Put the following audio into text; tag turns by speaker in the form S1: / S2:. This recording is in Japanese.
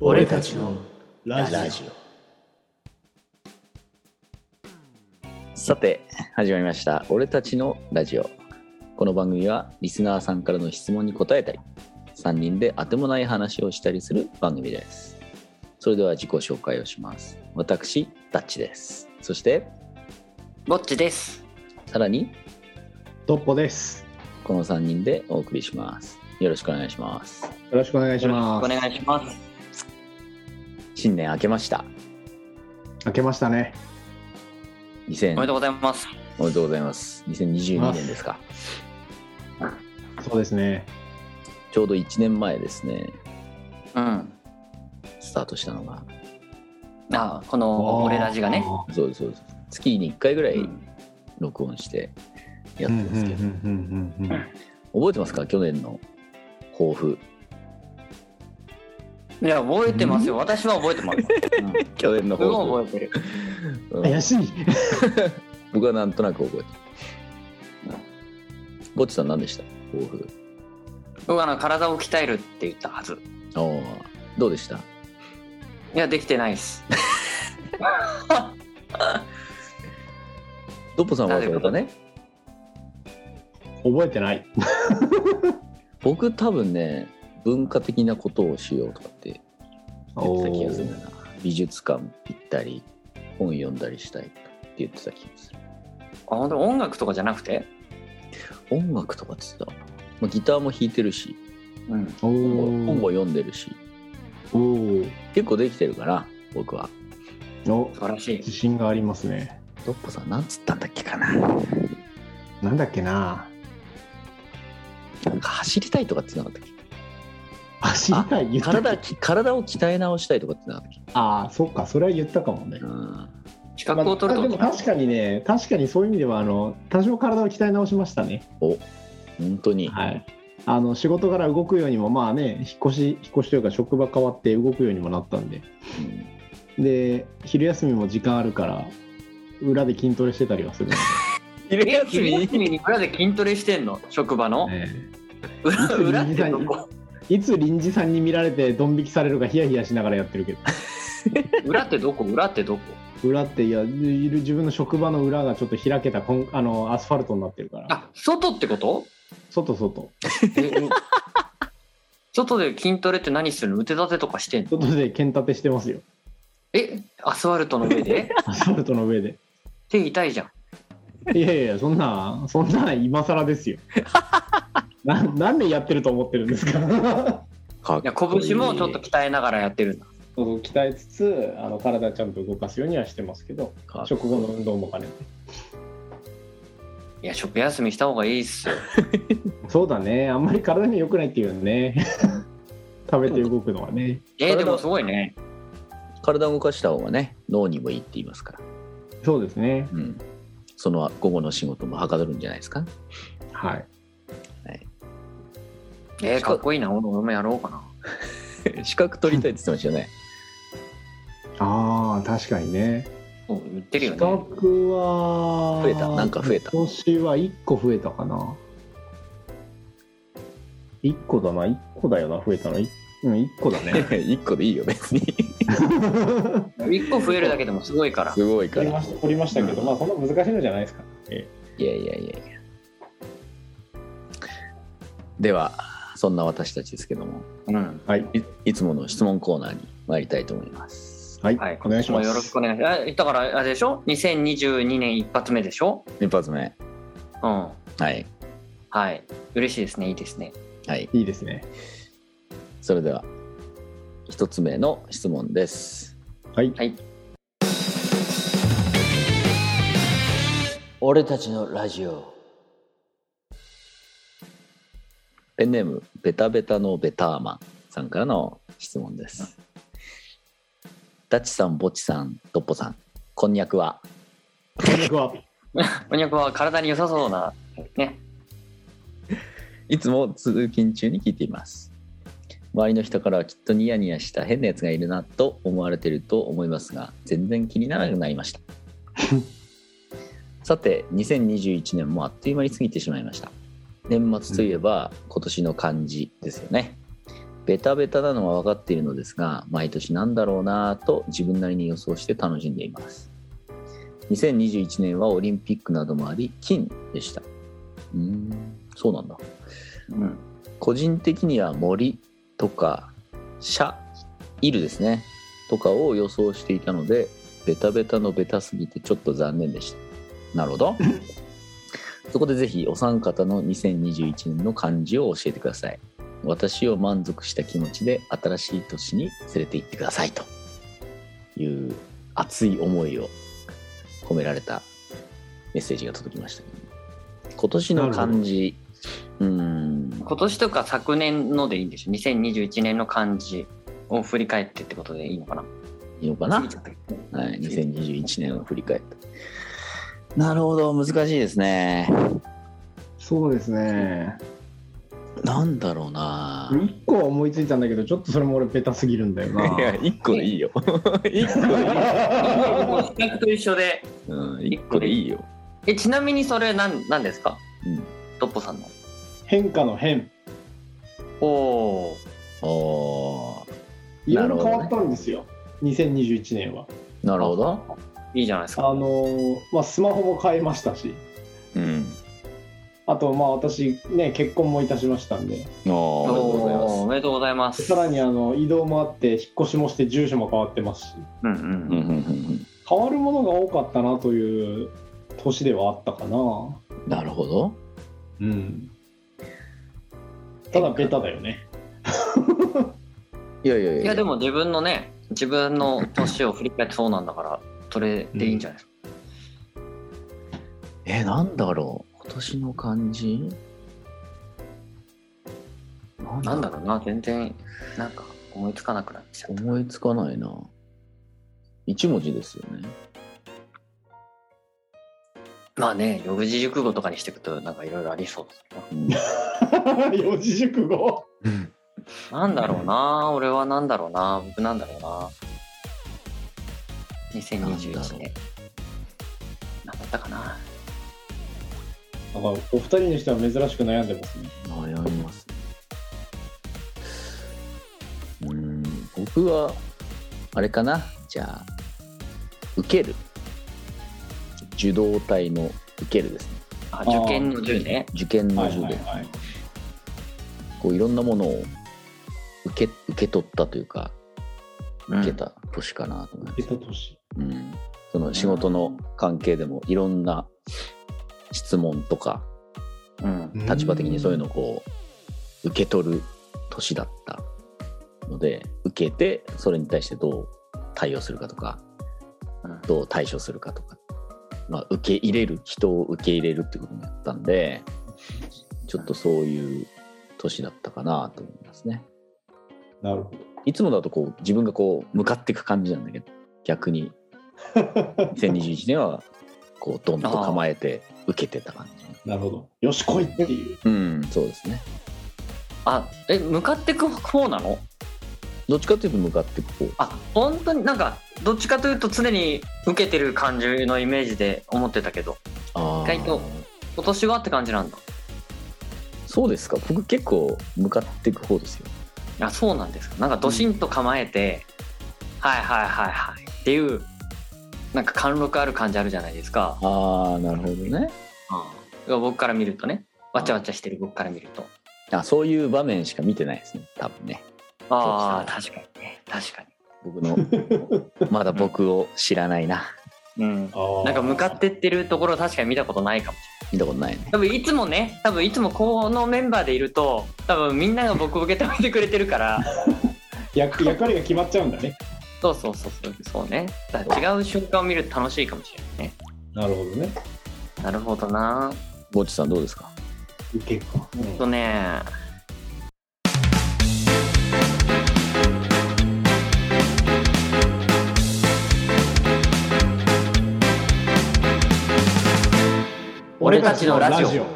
S1: 俺たちのラジオ
S2: さて始まりました「俺たちのラジオ」この番組はリスナーさんからの質問に答えたり3人であてもない話をしたりする番組ですそれでは自己紹介をします私タッチですそして
S3: ぼっちです。
S2: さらに
S1: トッポです
S2: この3人でお送りしますよろしくお願いします
S1: よろしくお願いしま
S3: お
S1: す
S3: 願いします。
S2: 新年明けました
S1: 明けましたね
S3: お
S2: 2000
S3: めでとうございます。
S2: おめでとうございます2022年ですか
S1: そうですね
S2: ちょうど1年前ですね
S3: うん。
S2: スタートしたのが
S3: あ、この俺ラジがね。
S2: そうですそうです月に1回ぐらい
S3: うん
S2: 録音して
S1: や
S2: やってますけど、覚えてますか去年の抱負
S3: いや、覚えてますよ。私は覚えて ます。うんす
S2: 去年の
S3: ごい覚えてる。
S2: うん
S1: 怪しい
S2: 僕はなんとなく覚えてるぼっちさん何でした抱負
S3: 僕はあの体を鍛えるって言ったはず。
S2: ああどうでした
S3: いや、できてないです。
S2: ドッポさんは覚えたね
S1: 覚えてない
S2: 僕多分ね文化的なことをしようとかって言ってた気がするんだ
S1: おー
S2: よな美術館行ったり本読んだりしたいって言ってた気がする
S3: あ、本当音楽とかじゃなくて。
S2: 音楽とかって言ってた、まあ、ギターも弾いてるし
S3: うん。
S1: お
S2: 本も
S1: ー
S2: 本も読んでるし
S1: おー
S2: 結構できてるから僕は
S1: お
S3: 素晴らしい。
S1: 自信がありますね
S2: ドッポさんなんつったんだっけかな
S1: なんだっけな
S2: なんか走りたいとかってなかったっけ
S1: 走りたい言った
S2: 体き体を鍛え直したいとかってなかったっけ
S1: ああそっかそれは言ったかもね
S2: うん
S3: 資格を取
S1: まあ
S3: る
S1: で
S3: と
S1: も
S3: か。
S1: 確かにね確かにそういう意味ではあの多少体を鍛え直しましたね
S2: 本当に、
S1: はい、あの仕事から動くようにもまあね引っ越し引っ越しというか職場変わって動くようにもなったんで
S2: うん
S1: で昼休みも時間あるから裏で筋トレしてたりはするんで、
S3: 昼休みにに裏で筋トレしてんの職場の裏 裏ってどこ
S1: いつ臨時さんに見られてドン引きされるかヒヤヒヤしながらやってるけど
S3: 裏ってどこ裏ってどこ
S1: 裏っていやいる自分の職場の裏がちょっと開けたコンあのアスファルトになってるから
S3: あ外ってこと
S1: 外外
S3: え外で筋トレって何するの腕立てとかしてんの
S1: 外で剣立てして ますよ
S3: えアスファルトの 上で
S1: アスファルトの上で
S3: 手痛いじゃん
S1: いやいやそんなそんな今更ですよ な何年やってると思ってるんですか
S2: かっ
S3: いや
S2: こいい
S3: 拳もちょっと鍛えながらやってるんだ
S1: そうそう鍛えつつあの体ちゃんと動かすようにはしてますけど
S2: かっ
S1: 食後の運動も兼ねて
S3: いや食休みした方がいいっすよ
S1: そうだねあんまり体に良くないっていうよね 食べて動くのはね
S3: えーでもすごいね
S2: 体を動かした方がね脳にもいいって言いますから、
S1: そうですね
S2: うん、その午後の仕事もはかどるんじゃないですか
S1: はい
S3: えーかっこいいな俺もやろうかな
S2: 資格取りたいって言ってましたよね
S1: あー確かにね
S3: そう言ってるよ
S1: 資
S3: ね
S1: 格は
S2: 増えたなんか増えた
S1: 今年は1個増えたかな1個だな1個だよな増えたのいうん1個だ ね
S2: 1個でいいよ別に
S3: 1個増えるだけでもすごいか ら
S2: すごいか
S1: 取り
S2: ら
S1: ま した取りましたけど、まあそんな難しいのじゃないですか
S2: いやいやいやいやではそんな私たちですけども
S3: うん
S1: はい
S2: いいつもの質問コーナーに参りたいと思います。
S1: はい、
S3: はい、
S1: お願いし
S3: 今
S1: ま
S3: 年もよろ
S1: す
S3: しくお願いしますあ。だから、あれでしょ ?2022 年一発目でしょ
S2: 一発目。
S3: うん。
S2: はい。
S3: はい。嬉しいですね。いいですね。
S2: はい。
S1: いいですね
S2: それでは、一つ目の質問です。
S1: はい
S2: 俺たちのラジオ。ペンネーム、ベタベタのベターマンさんからの質問です。ダチさん、ボチさん、ドッポさん、こんにゃくは
S1: 連絡は
S3: おにゃくは体に良さそうな、ね。
S2: いつも通勤中に聞いています。周りの人からはきっとニヤニヤした変なやつがいるなと思われていると思いますが、全然気にならなくなりました。 さて、2021年もあっという間に過ぎてしまいました。年末といえば今年の漢字ですよね。ベタベタなのは分かっているのですが毎年なんだろうなぁと自分なりに予想して楽しんでいます2021年はオリンピックなどもあり金でしたうーんそうなんだ
S3: うん、
S2: 個人的には森とか社いるですねとかを予想していたのでベタベタのベタすぎてちょっと残念でしたなるほどそこでぜひお三方の2021年の漢字を教えてください私を満足した気持ちで新しい年に連れて行ってくださいという熱い思いを込められたメッセージが届きました今年の漢字うーん
S3: 今年とか昨年のでいいんでしょ2021年の漢字を振り返ってってことでいいのかない
S2: いのかな
S3: 過ぎちゃったけど
S2: はい、2021年を振り返った。なるほど、難しいですね。
S1: そうですね。
S2: なんだろうな。
S1: 一個は思いついたんだけど、ちょっとそれも俺ベタすぎるんだよな。
S2: いや、1個でいいよ。1個でいいよ。
S3: もう比較と一緒で
S2: うん、1個でいいよ。
S3: えちなみにそれ何何ですか
S2: うん、
S3: トッポさんの
S1: 変化の変。
S3: おお
S1: い
S2: あ
S1: ろい
S2: なる
S1: ろ
S2: ほどね
S1: 変わったんですよ。2021年は。
S2: ーなるほど。
S3: いいじゃないです
S1: あ
S3: か
S1: のーまあ、スマホも変えましたし、
S2: うん。
S1: あと、まあ、私、ね、結婚もいたしましたんで、
S2: あーおめでとうございま
S3: おーお
S2: す。
S3: めでとうございます
S1: さらにあの移動もあって、引っ越しもして、住所も変わってますし、
S3: うんう
S2: うんうん
S3: ん
S2: うん
S1: 変わるものが多かったなという年ではあったかな。
S2: うんなるほど。
S1: うん。ただ、ベタだよね。
S2: いやいやい
S3: うん
S2: や。
S3: いやでも自分のね自分の年を振り返ってそうなんだからそれでいいんじゃないですか、
S2: え、なんだろう。今年の漢字なん
S3: なんだろうな全然なんか思いつかなくなっちゃった
S2: 思いつかないな。一文字ですよね。
S3: まあね四字熟語とかにしていくとなんかいろいろありそうだ
S2: う ん
S1: 四字熟語。
S3: ななんだろうな俺はなんだろうな僕なんだろうな
S2: なんだ
S3: 2021
S2: ろ
S3: 年なんだったかな
S1: なんかお二人にしては珍しく悩んでますね。
S2: 悩みますねうーん僕はあれかなじゃあ受ける受動体の受けるですね
S3: あ受験の10ね
S2: 受験の
S1: はい
S2: 受で、
S1: はいはい。
S2: こういろんなものを受け受け取ったというか
S3: うん
S2: 受けた年かなと思います
S1: ベ、タ年。
S2: うん、その仕事の関係でもいろんな質問とか
S3: うん
S2: 立場的にそういうのをこう受け取る年だったので受けてそれに対してどう対応するかとか
S3: うん
S2: どう対処するかとか、まあ、受け入れる人を受け入れるってことになったんでちょっとそういう年だったかなと思いますね
S1: なるほど。
S2: いつもだとこう自分がこう向かっていく感じなんだけど逆に2021年はこうドンと構えて受けてた感じ
S1: なるほど。よし、来いっていう。
S2: うんそうですね
S3: あえ向かってく方なの
S2: どっちかというと向かってこう
S3: あ本当になんかどっちかというと常に受けてる感じのイメージで思ってたけど
S2: あー
S3: 意外と今年はって感じなんだ
S2: そうですか僕結構向かっていく方ですよ
S3: あそうなんですかなんかドシンと構えて、はいはいはいはいっていうなんか貫禄ある感じあるじゃないですか、
S2: ああなるほどね
S3: うん、僕から見るとねわちゃわちゃしてる僕から見ると
S2: あそういう場面しか見てないですね多分ね
S3: ああ確かにね確か
S2: 僕の まだ僕を知らないな
S3: にうん
S1: あ
S3: なんか向かってってるところ確かに見たことないかもしれない
S2: 見たことないね
S3: 多分いつもね多分いつもこのメンバーでいると多分みんなが僕を受け止めてくれてるから
S1: 役役割が決まっちゃうんだね。
S3: そうそうそうそうそうね。だから違う瞬間を見ると楽しいかもしれないね。
S1: なるほどね。
S3: なるほどな。
S2: ぼっちさんどうですか
S1: 受けか。う
S3: ほん
S1: ん
S3: とね。俺たちのラジオ。